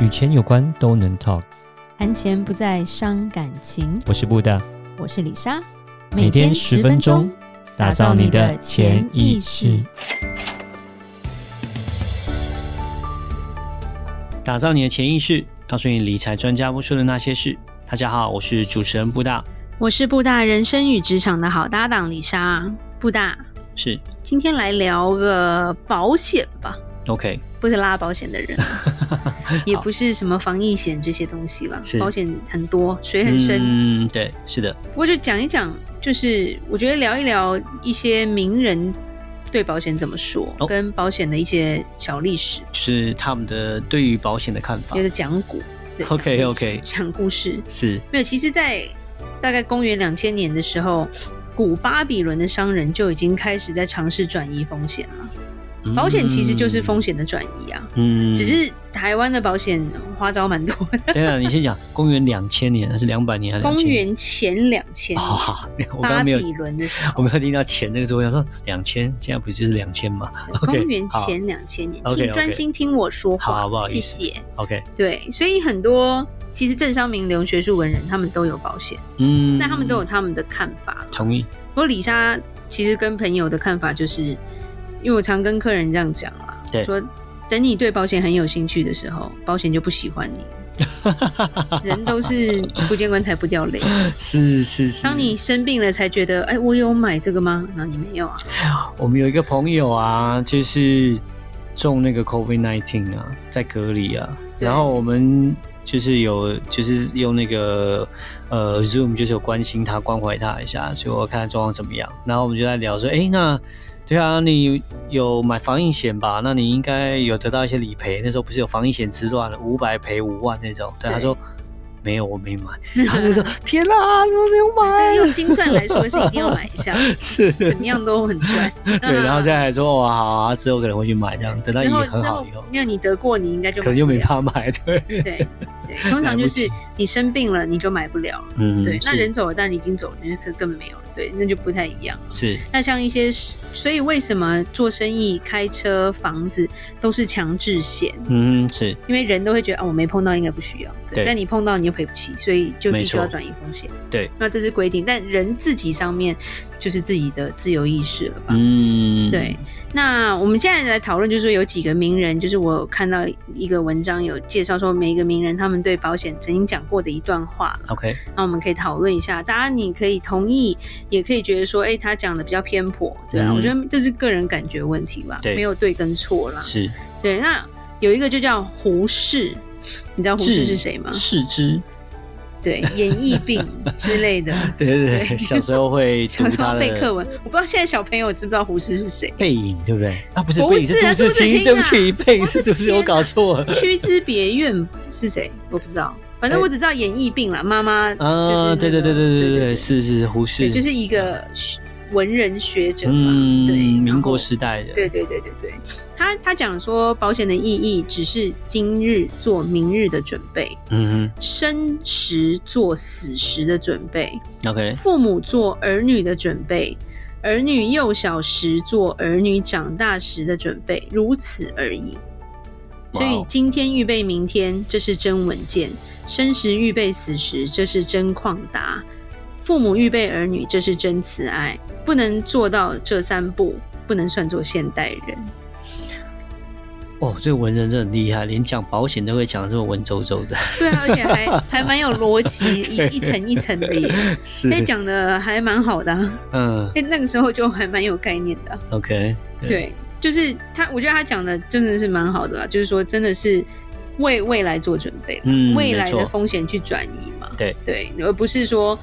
与钱有关都能 talk。谈钱不再伤感情，我是布大，我是李莎，每天十分钟，打造你的潜意识，打造你的潜意识，告诉你理财专家不说的那些事。大家好，我是主持人布大，我是布大人生与职场的好搭档李莎。布大，是今天来聊个保险吧， OK，不是拉保险 的人，也不是什么防疫险这些东西啦是，保险很多，水很深。嗯，对，是的，不过就讲一讲，就是我觉得聊一聊一些名人对保险怎么说，哦跟保险的一些小历史，就是他们的对于保险的看法有。的讲古，对 OK 讲古 OK，讲故事。是没有，其实，在大概公元两千年的时候，古巴比伦的商人就已经开始在尝试转移风险了。保险其实就是风，险的转移啊，嗯，只是台湾的保险花招蛮多 的。等一下你先 讲，公元两千年还是两百年还是2000公年？元前两千啊、我刚巴刚没有，比伦的时我候，没有听到钱这个字，我想说两千，现在不就是两千吗？OK，公元好前两千年， OK，OK 请专心听我说话，好不好意思谢谢。 OK，对，所以很多其实政商名流、学术文人他们都有保险，嗯，那他们都有他们的看法。同意，不过李莎其实跟朋友的看法就是，因为我常跟客人这样讲啊，对说等你对保险很有兴趣的时候，保险就不 喜欢你。人都是不见棺材不掉泪。是是是。当你生病了才觉得，哎，我有买这个吗？那你没有啊？我们有一个朋友啊，就是中那个 COVID nineteen 啊，在隔离啊，对然后我们就是有就是用那个呃 Zoom，就是有关心他、关怀他一下，所以我看他状况怎么样。然后我们就在聊说，哎，那对啊，你有买防疫险吧？那你应该有得到一些理赔。那时候不是有防疫险之乱，五百赔五万那种。对，对他说。没有，我没买。然啊后就说：“天哪，你们没有买？”这个用精算来说是一定要买一下，是，怎么样都很赚。 对，然后现在还说哇好啊，之后可能会去买这样，等到之你后很之好后以后，没有你得过，你应该就可能就买没不了办法买，对，对对，通常就是你生病了你就买不了了。 嗯对，那是人走了，但你已经走了，那这根本没有了。对，那就不太一样。是那像一些，所以为什么做生意、开车、房子都是强制险？嗯是因为人都会觉得啊，我没碰到应该不需要，对但你碰到你就赔不起，所以就必没须错要转移风险。对，那这是规定，但人自己上面就是自己的自由意识了吧？嗯对，那我们现在来讨论，就是说有几个名人，就是我有看到一个文章有介绍说，每一个名人他们对保险曾经讲过的一段话了。 OK 那我们可以讨论一下，当然你可以同意，也可以觉得说，哎、他讲的比较偏颇，对啊，嗯我觉得这是个人感觉问题啦，对没有对跟错啦。是对，那有一个就叫胡适，你知道胡适是谁吗？是之，对，演疫病之类 的。 对对对，对小时候会读 小时他候的背课文，我不知道现在小朋友知不知道胡适是谁。背影，对不对？啊不是不背影是啊朱自朱自清，清对不起，啊背影我是的朱自清， 我天搞错了。区之别院是谁？我不知道，反哎正我只知道演疫病啦。妈妈就是那个啊对对对对对对对，是是嗯是胡适，对就是一个学文人学者嘛，嗯，对，然民国后时代的，对对对对对，他他讲说保险的意义只是今日做明日的准备，嗯生时做死时的准备，哼，OK，父母做儿女的准备，儿女幼小时做儿女长大时的准备，如此而已。所哇以哦今天预备明天，这是真稳健；生时预备死时，这是真旷达；父母预备儿女，这是真慈爱。不能做到这三步，不能算作现代人。哦，这个文人真的很厉害，连讲保险都会讲得这么文绉绉的，对啊，而 且还还蛮有逻辑，对一一层一层的耶。 是那讲的还蛮好的、啊，嗯那那个时候就还蛮有概念的啊、 ，OK，对，就是他，我觉得他讲的真的是蛮好的啦，就是说真的是为未来做准备啦，嗯未来没的错风险去转移嘛，对对，而不是说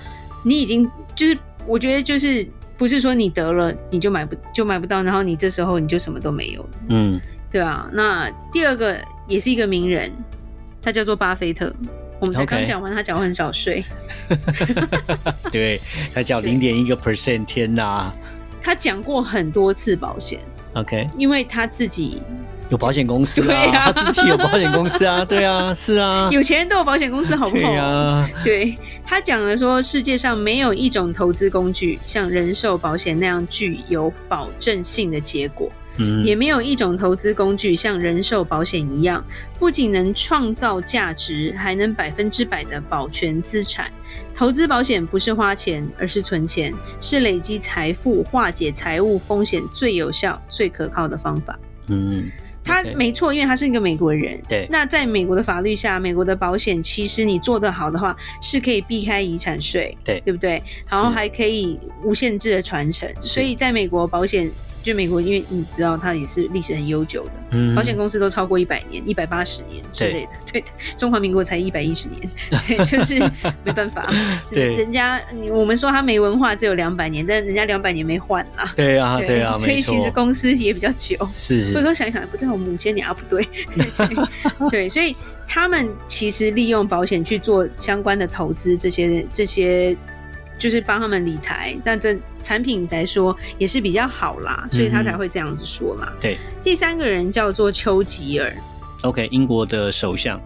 你已经就是，我觉得就是不是说你得了你就买不就买不到，然后你这时候你就什么都没有了， 嗯，对啊，那第二个也是一个名人，他叫做巴菲特。我们才 OK 刚讲完，他缴很少税，对，他缴零点一个 percent，天哪他讲过很多次保险， ！OK，因为他 自己有保险公司对啊，啊他自己有保险公司 啊，对啊，是啊，有钱人都有保险公司，好不对好？啊，对他讲了说，世界上没有一种投资工具像人寿保险那样具有保证性的结果，嗯，也没有一种投资工具像人寿保险一样，不仅能创造价值，还能百分之百的保全资产。投资保险不是花钱，而是存钱，是累积财富、化解财务风险最有效、最可靠的方法。嗯，他 OK 没错，因为他是一个美国人。对那在美国的法律下，美国的保险其实你做得好的话，是可以避开遗产税，对对不对？然后还可以无限制的传承。所以在美国保险，就美国，因为你知道它也是历史很悠久的，嗯保险公司都超过一百年、一百八十年之类的。对，中华民国才一百一十 年，对，就是没办法。对人家你我们说他没文化只有两百年，但人家两百年没换啦。对啊，对啊， 所以没错其，实公司也比较久。是或者说想一想，不对，我母亲娘不对， 对 对，所以他们其实利用保险去做相关的投资，这些这些就是帮他们理财，但这产品来说也是比较好啦，所以他才会这样子说啦。对第三个人叫做丘吉尔， ，OK，英国的首 相，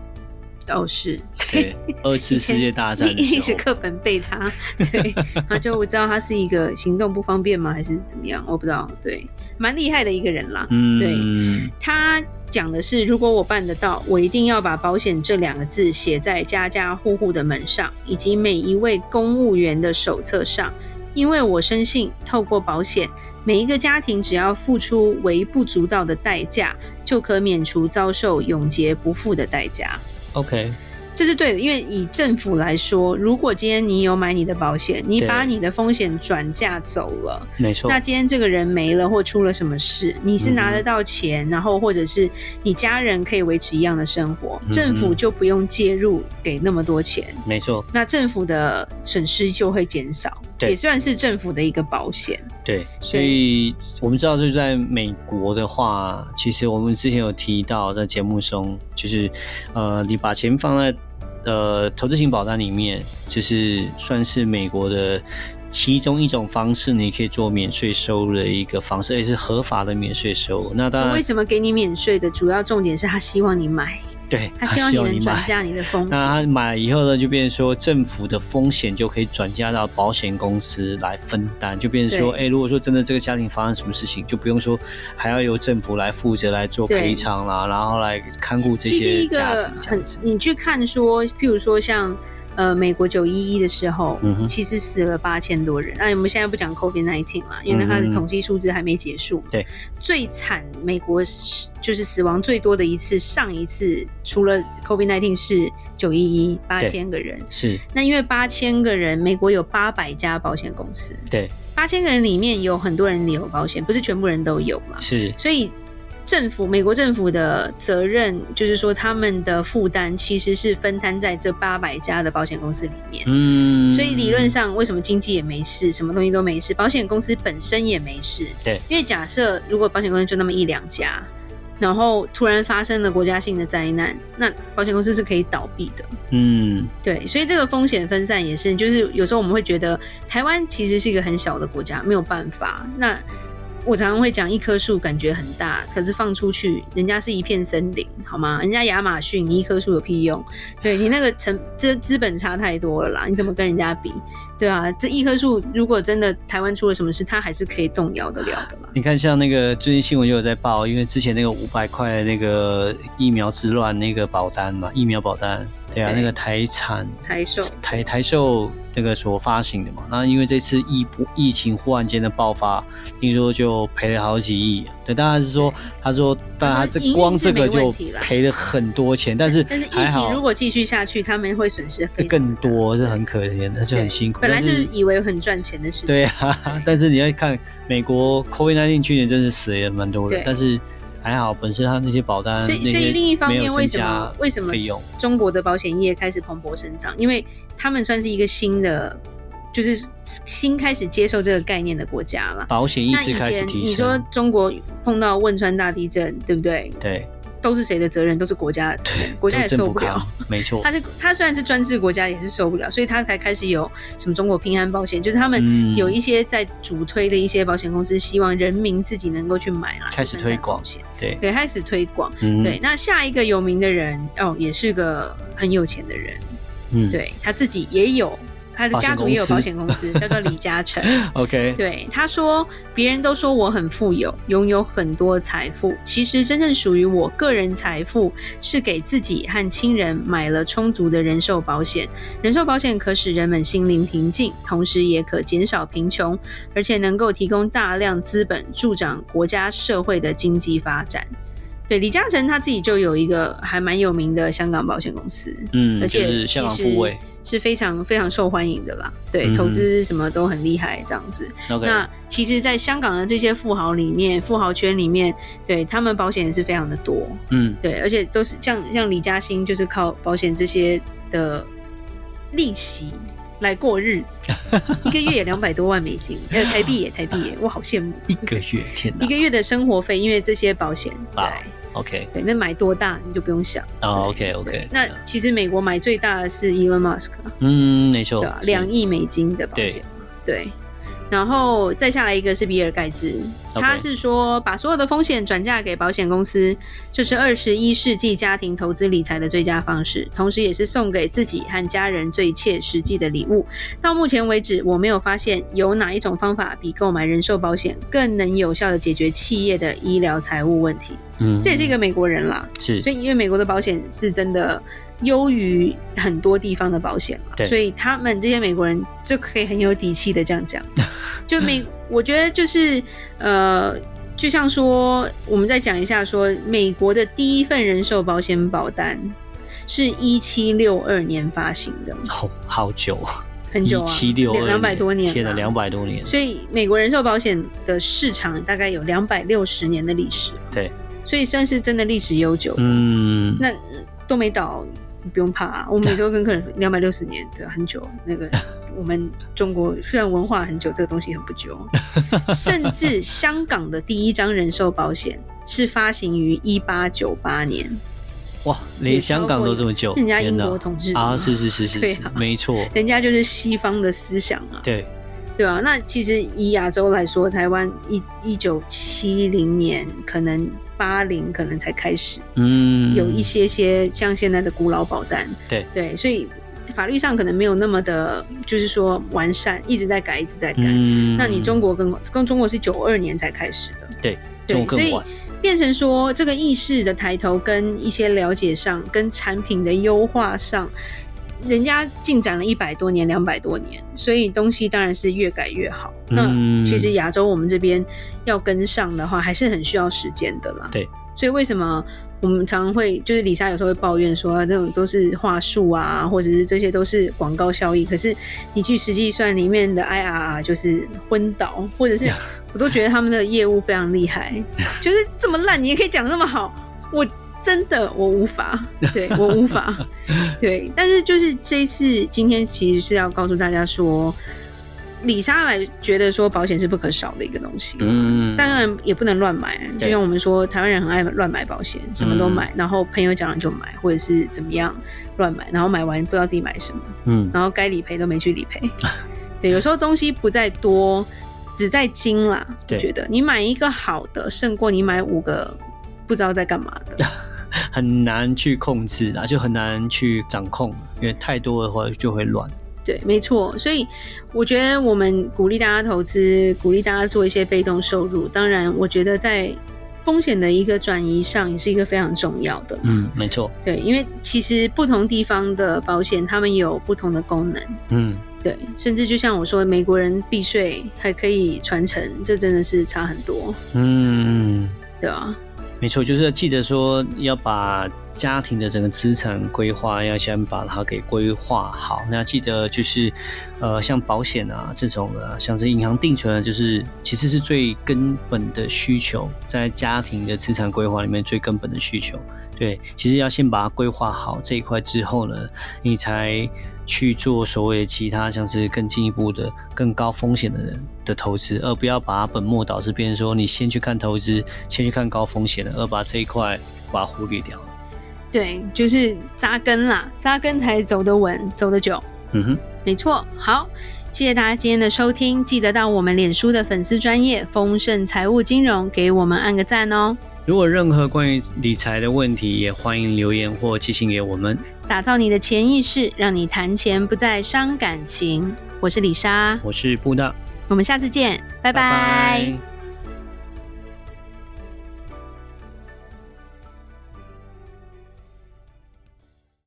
哦是，对，二次世界大 战的历历时史候，课本背他， 对，然后就我知道他是一个行动不方便吗，还是怎么样，我不知道，对，蛮厉害的一个人啦，嗯，他讲的是，如果我办得到，我一定要把保险这两个字写在家家户户的门上，以及每一位公务员的手册上，因为我深信，透过保险，每一个家庭只要付出微不足道的代价，就可免除遭受永劫不复的代价。 ，OK，这是对的，因为以政府来说，如果今天你有买你的保险，你对把你的风险转嫁走了，没错那，今天这个人没了或出了什么事，你是拿得到钱，然后或者是你家人可以维持一样的生活，哼政府就不用介入给那么多钱，没错，那政府的损失就会减少，对也算是政府的一个保险。对，所以我们知道，就是在美国的话，其实我们之前有提到在节目中，就是呃，你把钱放在呃投资型保单里面，就是算是美国的其中一种方式，你可以做免税收入的一个方式，而且是合法的免税收入。那当然为，什么给你免税的主要重点是他希望你买，对，啊他希望你啊能转买。嫁你的风险。那他买以后呢，就变成说政府的风险就可以转嫁到保险公司来分担，就变成说，哎、对如果说真的这个家庭发生什么事情，就不用说还要由政府来负责来做对赔偿啦，然后来看顾这其实些一家个庭这很样子，。你去看说，譬如说像。呃，美国九一一的时候，嗯哼其实死了八千多人。那、我们现在不讲 COVID nineteen 啦，因为嗯它的哼统计数字还没结束。对，最惨美国死就是死亡最多的一次，上一次除了 COVID nineteen 是九一一八千个人。是那因为八千个人，美国有八百家保险公司，对，八千个人里面有很多人有保险，不是全部人都有嘛。是所以政府美国政府的责任就是说，他们的负担其实是分摊在这八百家的保险公司里面。嗯，所以理论上，为什么经济也没事，什么东西都没事，保险公司本身也没事？对，因为假设如果保险公司就那么一两家，然后突然发生了国家性的灾难，那保险公司是可以倒闭的。嗯，对，所以这个风险分散也是，就是有时候我们会觉得台湾其实是一个很小的国家，没有办法。那我常常会讲，一棵树感觉很大，可是放出去，人家是一片森林，好吗？人家亚马逊，你一棵树有屁用？对你那个成这资本差太多了啦，你怎么跟人家比？对啊，这一棵树如果真的台湾出了什么事，它还是可以动摇得了的啦。你看像那个最近新闻就有在报，因为之前那个五百块的那个疫苗之乱那个保单嘛，疫苗保单，对啊，对那个台产台售台台售那个所发行的嘛，那因为这次疫不疫情忽然间的爆发，听说就赔了好几亿。对，当然是说，他说，当然他这营运光这个是没就问题啦赔了很多钱，但是但是还疫情好如果继续下去，他们会损失非常更大。多是很可怜的，就很辛苦。本来但是以为很赚钱的事 情，对啊， 但是你要看美国 COVID-19 去年真是死了也蛮多人对，但是还好本身他那些保单，所以那些所以另一方面没有增为什么加为什么费用？中国的保险业开始蓬勃生长，因为他们算是一个新的，就是新开始接受这个概念的国家了。保险意那识以开始前提你说升，中国碰到汶川大地震，对不对？对都是谁的责任？都是国家的责对任，，国家都也政受府不了扛。，没错， 他是他虽然是专制国家，也是受不了，所以他才开始有什么中国平安保险，就是他们嗯有一些在主推的一些保险公司，希望人民自己能够去买啦，开始就算推这样广保险，对，对，开始推广。嗯，对，，那下一个有名的人哦，也是个很有钱的人，嗯，对他自己也有，他的保险家族也有公司保险公司，叫做李嘉诚。 ，OK，对，他说别人都说我很富有，拥有很多财富，其实真正属于我个人财富是给自己和亲人买了充足的人寿保险。人寿保险可使人们心灵平静，同时也可减少贫穷，而且能够提供大量资本，助长国家社会的经济发展。对，李嘉诚他自己就有一个还蛮有名的香港保险公司，嗯，而就且是其香港实复位是非常非常受欢迎的啦。对，嗯哼投资什么都很厉害，这样子。 ，OK，那其实，在香港的这些富豪里面，富豪圈里面，对他们保险是非常的多，嗯，对，而且都是像像李嘉欣，就是靠保险这些的利息来过日子，一个月也两百多万美金，还有台币也台币也，我好 羡慕。一个月，天哪一个月的生活费，因为这些保险，对哇，OK，对，那买多大你就不用想。哦对，OK，OK，对那其实美国买最大的是 Elon Musk，嗯，没错对吧，？是两亿美金的保险嘛，对。然后再下来一个是比尔盖茨， OK 他是说把所有的风险转嫁给保险公司，这是二十一世纪家庭投资理财的最佳方式，同时也是送给自己和家人最切实际的礼物。到目前为止，我没有发现有哪一种方法比购买人寿保险更能有效的解决企业的医疗财务问题。嗯，这也是一个美国人啦，是所以因为美国的保险是真的优于很多地方的保险了，对所以他们这些美国人就可以很有底气的这 样讲，就美，我觉得就是呃。就像说，我们再讲一下说，美国的第一份人寿保险保单是一七六二年发行的，好好久，很久啊，一七六二两百多年，天哪，两。百多年，所以美国人寿保险的市场大概有两百六十年的历史，对，所以算是真的历史悠久。嗯，那嗯都没倒，你不用怕啊。 我每周跟客人两百六十年，对，很久。那个我们中国虽然文化很久，这个东西很 不久。甚至香港的第一张人寿保险是发行于一八九八年，哇，连香港都这么久，人家英天哪国统治的嘛啊，是是是是 对是啊，没错，人家就是西方的思想啊，对，对啊，那其实以亚洲来说，台湾一一九七零年可能。八零可能才开始，嗯，有一些些像现在的古老保单，对对，所以法律上可能没有那么的，就是说完善，一直在改，一直在改。嗯，那你中国跟跟中国是九二年才开始的，对中对，国所更以晚，变成说这个意识的抬头跟一些了解上，跟产品的优化上，人家进展了一百多年、两百多年，所以东西当然是越改越好。嗯那其实亚洲我们这边要跟上的话，还是很需要时间的啦。对，所以为什么？我们常会就是李莎有时候会抱怨说，那种都是话术啊，或者是这些都是广告效益。可是你去实际算里面的 IRR 就是昏倒，或者是我都觉得他们的业务非常厉害，就是这么烂你也可以讲得那么好，我真的我无法，对我无法，对。但是就是这一次今天其实是要告诉大家说，李莎来觉得说保险是不可少的一个东西，嗯，当然也不能乱买，对就像我们说，台湾人很爱乱买保险，什么都买，然后朋友讲了就买，或者是怎么样乱买，然后买完不知道自己买什么，嗯，然后该理赔都没去理赔。啊对，有时候东西不在多，只在精啦。我对觉得你买一个好的，胜过你买五个不知道在干嘛的。啊很难去控制啊，就很难去掌控，因为太多的话就会乱，对，没错。所以我觉得我们鼓励大家投资，鼓励大家做一些被动收入。当然，我觉得在风险的一个转移上，也是一个非常重要的。嗯，没错，对，因为其实不同地方的保险，他们有不同的功能。嗯，对，甚至就像我说，美国人避税还可以传承，这真的是差很多，嗯，对吧、啊没错，就是记得说要把家庭的整个资产规划要先把它给规划好。那记得就是，呃，像保险啊这种的啊，像是银行定存啊，就是其实是最根本的需求，在家庭的资产规划里面最根本的需求。对，其实要先把它规划好这一块之后呢，你才去做所谓的其他像是更进一步的、更高风险的人的投资，而不要把它本末倒置，变成说你先去看投资，先去看高风险的，而把这一块把它忽略掉了。对，就是扎根啦，扎根才走得稳，走得久。嗯哼，没错，好，谢谢大家今天的收听，记得到我们脸书的粉丝专业丰盛财务金融给我们按个赞哦。如果任何关于理财的问题，也欢迎留言或寄信给我们。打造你的潜意识，让你谈钱不再伤感情。我是李莎，我是布大，我们下次见，拜拜拜拜